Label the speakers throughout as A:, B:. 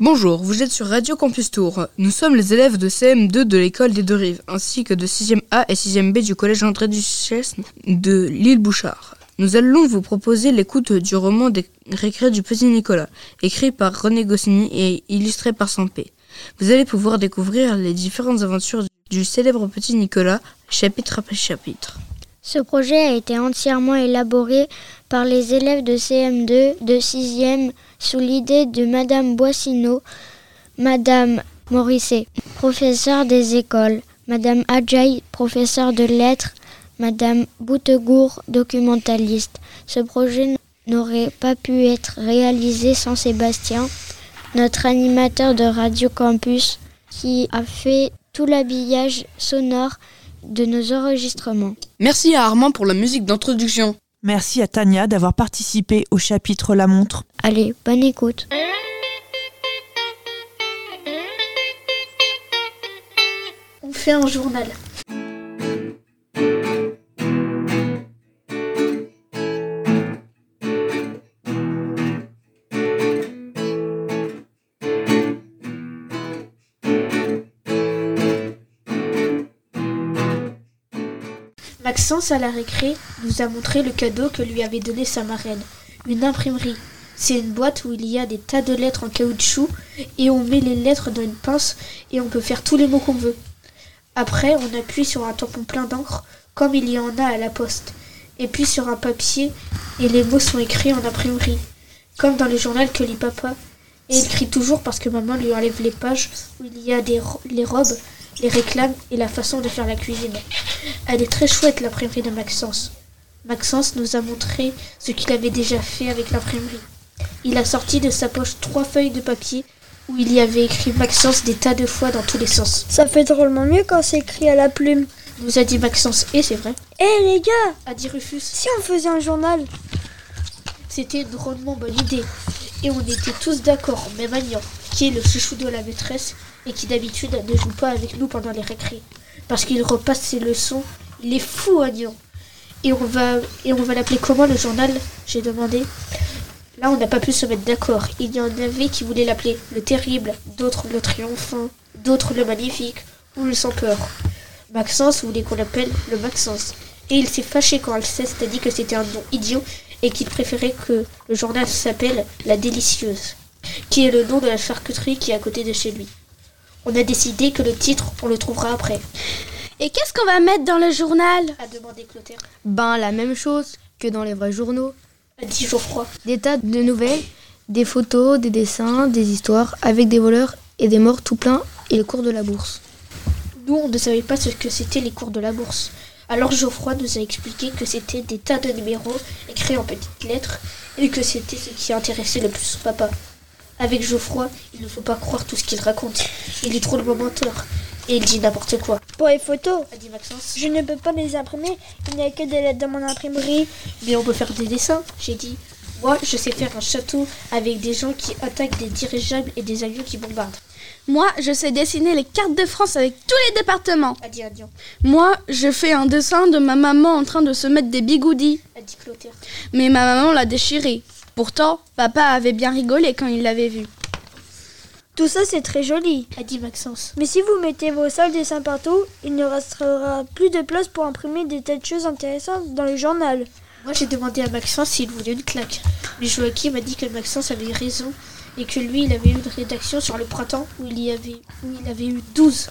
A: Bonjour, vous êtes sur Radio Campus Tour. Nous sommes les élèves de CM2 de l'école des Deux Rives, ainsi que de 6e A et 6e B du collège André Duchesne de l'île Bouchard. Nous allons vous proposer l'écoute du roman des récrés du petit Nicolas, écrit par René Goscinny et illustré par Sampé. Vous allez pouvoir découvrir les différentes aventures du célèbre petit Nicolas, chapitre après chapitre.
B: Ce projet a été entièrement élaboré par les élèves de CM2 de 6e sous l'idée de Madame Boissineau, Madame Morisset, professeure des écoles, Madame Adjaï, professeure de lettres, Madame Boutegour, documentaliste. Ce projet n'aurait pas pu être réalisé sans Sébastien, notre animateur de Radio Campus, qui a fait tout l'habillage sonore de nos enregistrements.
A: Merci à Armand pour la musique d'introduction.
C: Merci à Tania d'avoir participé au chapitre La montre.
B: Allez, bonne écoute.
D: On fait un journal. Maxence, à la récré, nous a montré le cadeau que lui avait donné sa marraine. Une imprimerie. C'est une boîte où il y a des tas de lettres en caoutchouc et on met les lettres dans une pince et on peut faire tous les mots qu'on veut. Après, on appuie sur un tampon plein d'encre, comme il y en a à la poste, et puis sur un papier et les mots sont écrits en imprimerie, comme dans le journal que lit papa. Et il crie toujours parce que maman lui enlève les pages où il y a des ro- les robes, les réclames et la façon de faire la cuisine. Elle est très chouette l'imprimerie de Maxence. Maxence nous a montré ce qu'il avait déjà fait avec l'imprimerie. Il a sorti de sa poche trois feuilles de papier où il y avait écrit Maxence des tas de fois dans tous les sens.
E: Ça fait drôlement mieux quand c'est écrit à la plume.
D: Nous a dit Maxence et c'est vrai,
E: Eh les gars,
D: a dit Rufus.
E: si on faisait un journal
D: C'était une drôlement bonne idée. Et on était tous d'accord, même Agnan, qui est le chouchou de la maîtresse et qui d'habitude ne joue pas avec nous pendant les récrés. Parce qu'il repasse ses leçons. Il est fou, Agnan. Et on va, et on va l'appeler comment le journal J'ai demandé. Là, on n'a pas pu se mettre d'accord. Il y en avait qui voulaient l'appeler le terrible, d'autres le triomphant, d'autres le magnifique ou le sans peur. Maxence voulait qu'on l'appelle le Maxence. Et il s'est fâché quand Alceste a dit que c'était un nom idiot et qu'il préférait que le journal s'appelle La Délicieuse, qui est le nom de la charcuterie qui est à côté de chez lui. On a décidé que le titre, on le trouvera après,
F: Et qu'est-ce qu'on va mettre dans le journal
D: a demandé Clotaire.
G: Ben la même chose que dans les vrais journaux.
D: A dit Geoffroy.
G: Des tas de nouvelles, des photos, des dessins, des histoires avec des voleurs et des morts tout plein et le cours de la bourse.
D: Nous, on ne savait pas ce que c'était les cours de la bourse. Alors Geoffroy nous a expliqué que c'était des tas de numéros écrits en petites lettres et que c'était ce qui intéressait le plus son papa. Avec Geoffroy, il ne faut pas croire tout ce qu'il raconte. Il est trop le menteur. Et il dit n'importe quoi,
E: pour les photos.
D: a dit Maxence.
E: Je ne peux pas les imprimer, il n'y a que des lettres dans mon imprimerie.
D: Mais on peut faire des dessins, j'ai dit. Moi, je sais faire un château avec des gens qui attaquent des dirigeables et des avions qui bombardent,
F: Moi, je sais dessiner les cartes de France avec tous les départements.
D: a dit Adrien,
F: Moi, je fais un dessin de ma maman en train de se mettre des bigoudis.
D: a dit Clotaire.
F: Mais ma maman l'a déchiré. Pourtant, papa avait bien rigolé quand il l'avait vu.
E: Tout ça c'est très joli.
D: a dit Maxence.
E: Mais si vous mettez vos sales dessins partout, il ne restera plus de place pour imprimer des tas de choses intéressantes dans le journal.
D: Moi, j'ai demandé à Maxence s'il voulait une claque. Mais Joachim m'a dit que Maxence avait raison et que lui, il avait eu une rédaction sur le printemps où il, y avait, où il avait eu 12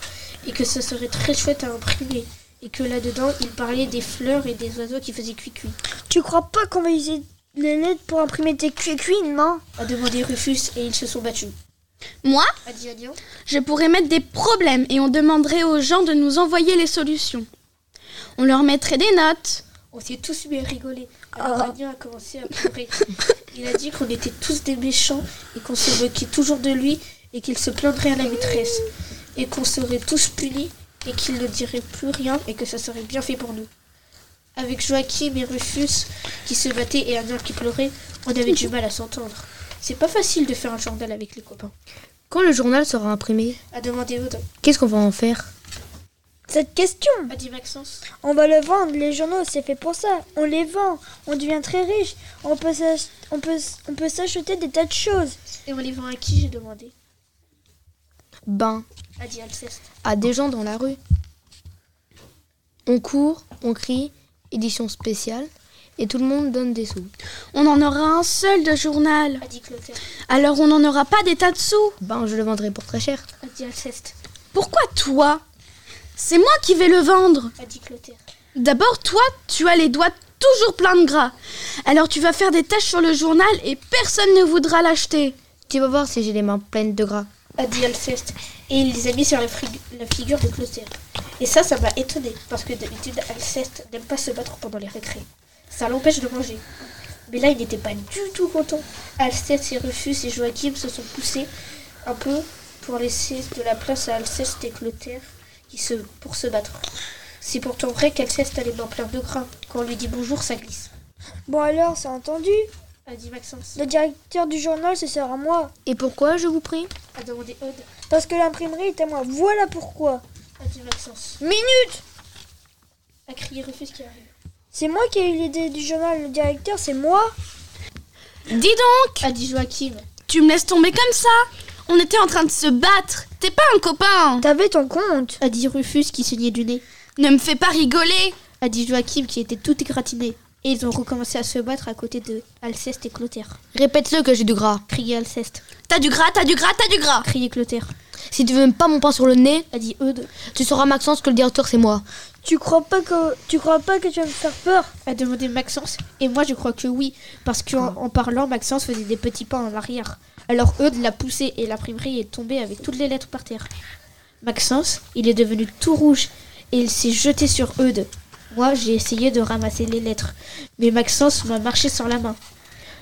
D: et que ça serait très chouette à imprimer. Et que là-dedans, il parlait des fleurs et des oiseaux qui faisaient cuicui.
E: Tu crois pas qu'on va utiliser les lettres pour imprimer tes cuicuis, non
D: A demandé Rufus et ils se sont battus.
F: Moi,
D: A dit Agnan.
F: je pourrais mettre des problèmes et on demanderait aux gens de nous envoyer les solutions. On leur mettrait des notes. Ah.
D: On s'est tous mis à rigoler. Alors Agnan a commencé à pleurer. Il a dit qu'on était tous des méchants et qu'on se moquait toujours de lui et qu'il se plaindrait à la maîtresse et qu'on serait tous punis et qu'il ne dirait plus rien et que ça serait bien fait pour nous. Avec Joachim et Rufus qui se battaient et Agnan qui pleurait, on avait du mal à s'entendre. C'est pas facile de faire un journal avec les copains.
G: Quand le journal sera imprimé,
D: A demandé Aude.
G: qu'est-ce qu'on va en faire
E: Cette question
D: A dit Maxence.
E: On va le vendre, les journaux, c'est fait pour ça. On les vend, on devient très riche, on peut s'ach- on peut s- on peut s'acheter des tas de choses.
D: Et on les vend à qui J'ai demandé.
G: ben,
D: a dit Alceste.
G: à des gens dans la rue. On court, on crie, édition spéciale, et tout le monde donne des sous.
F: On en aura un seul de journal.
D: A dit Clotaire.
F: Alors on n'en aura pas des tas de sous.
G: Ben, je le vendrai pour très cher.
D: A dit Alceste.
F: Pourquoi toi C'est moi qui vais le vendre.
D: A dit Clotaire.
F: D'abord, toi, tu as les doigts toujours pleins de gras. Alors tu vas faire des taches sur le journal et personne ne voudra l'acheter.
G: Tu vas voir si j'ai les mains pleines de gras.
D: A dit Alceste. Et il les a mis sur la, frig- la figure de Clotaire. Et ça, ça m'a étonné, parce que d'habitude, Alceste n'aime pas se battre pendant les récrés. Ça l'empêche de manger. Mais là, il n'était pas du tout content. Alceste et Rufus et Joachim se sont poussés un peu pour laisser de la place à Alceste et Clotaire qui se, pour se battre. C'est pourtant vrai qu'Alceste a les mains pleines de gras. Quand on lui dit bonjour, ça glisse.
E: Bon alors, c'est entendu.
D: A dit Maxence.
E: Le directeur du journal, ce sera moi.
G: Et pourquoi, je vous prie
D: A demandé Aude.
E: Parce que l'imprimerie est à moi. Voilà pourquoi.
D: A dit Maxence.
E: Minute
D: A crié Rufus qui arrive.
E: C'est moi qui ai eu l'idée du journal. Le directeur, c'est moi.
F: Dis donc,
D: A dit Joachim.
F: tu me laisses tomber comme ça On était en train de se battre. T'es pas un copain.
E: T'avais ton compte.
D: A dit Rufus qui saignait du nez.
F: Ne me fais pas rigoler.
D: A dit Joachim qui était tout égratigné. Et ils ont recommencé à se battre à côté de Alceste et Clotaire.
G: Répète-le que j'ai du gras. Ah.
D: Criait Alceste.
F: T'as du gras, t'as du gras, t'as du gras.
D: Criait Clotaire.
G: Si tu veux pas mon pain sur le nez,
D: A dit Eudes.
G: tu sauras Maxence que le directeur c'est moi.
E: Tu crois pas que tu crois pas que tu vas me faire peur
D: A demandé Maxence. Et moi je crois que oui. Parce
G: Ah.
D: qu'en en parlant, Maxence faisait des petits pas en arrière. Alors Eudes l'a poussé et l'imprimerie est tombée avec toutes les lettres par terre. Maxence, il est devenu tout rouge. Et il s'est jeté sur Eudes. Moi j'ai essayé de ramasser les lettres. Mais Maxence m'a marché sur la main.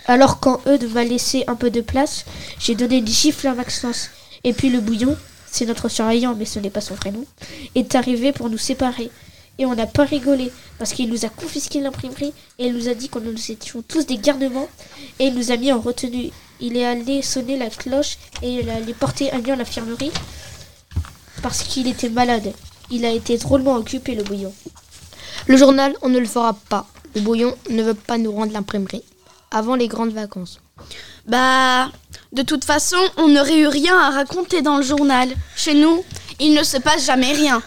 D: Alors quand Eudes m'a laissé un peu de place, j'ai donné une gifle à Maxence. Et puis le bouillon, c'est notre surveillant, mais ce n'est pas son vrai nom, est arrivé pour nous séparer. Et on n'a pas rigolé, parce qu'il nous a confisqué l'imprimerie, et il nous a dit qu'on nous étions tous des garnements, et il nous a mis en retenue. Il est allé sonner la cloche, et il est allé porter à Lyon l'infirmerie, parce qu'il était malade. Il a été drôlement occupé, le bouillon.
G: Le journal, on ne le fera pas. Le bouillon ne veut pas nous rendre l'imprimerie. Avant les grandes vacances.
F: Bah, de toute façon, on n'aurait eu rien à raconter dans le journal. Chez nous, il ne se passe jamais rien.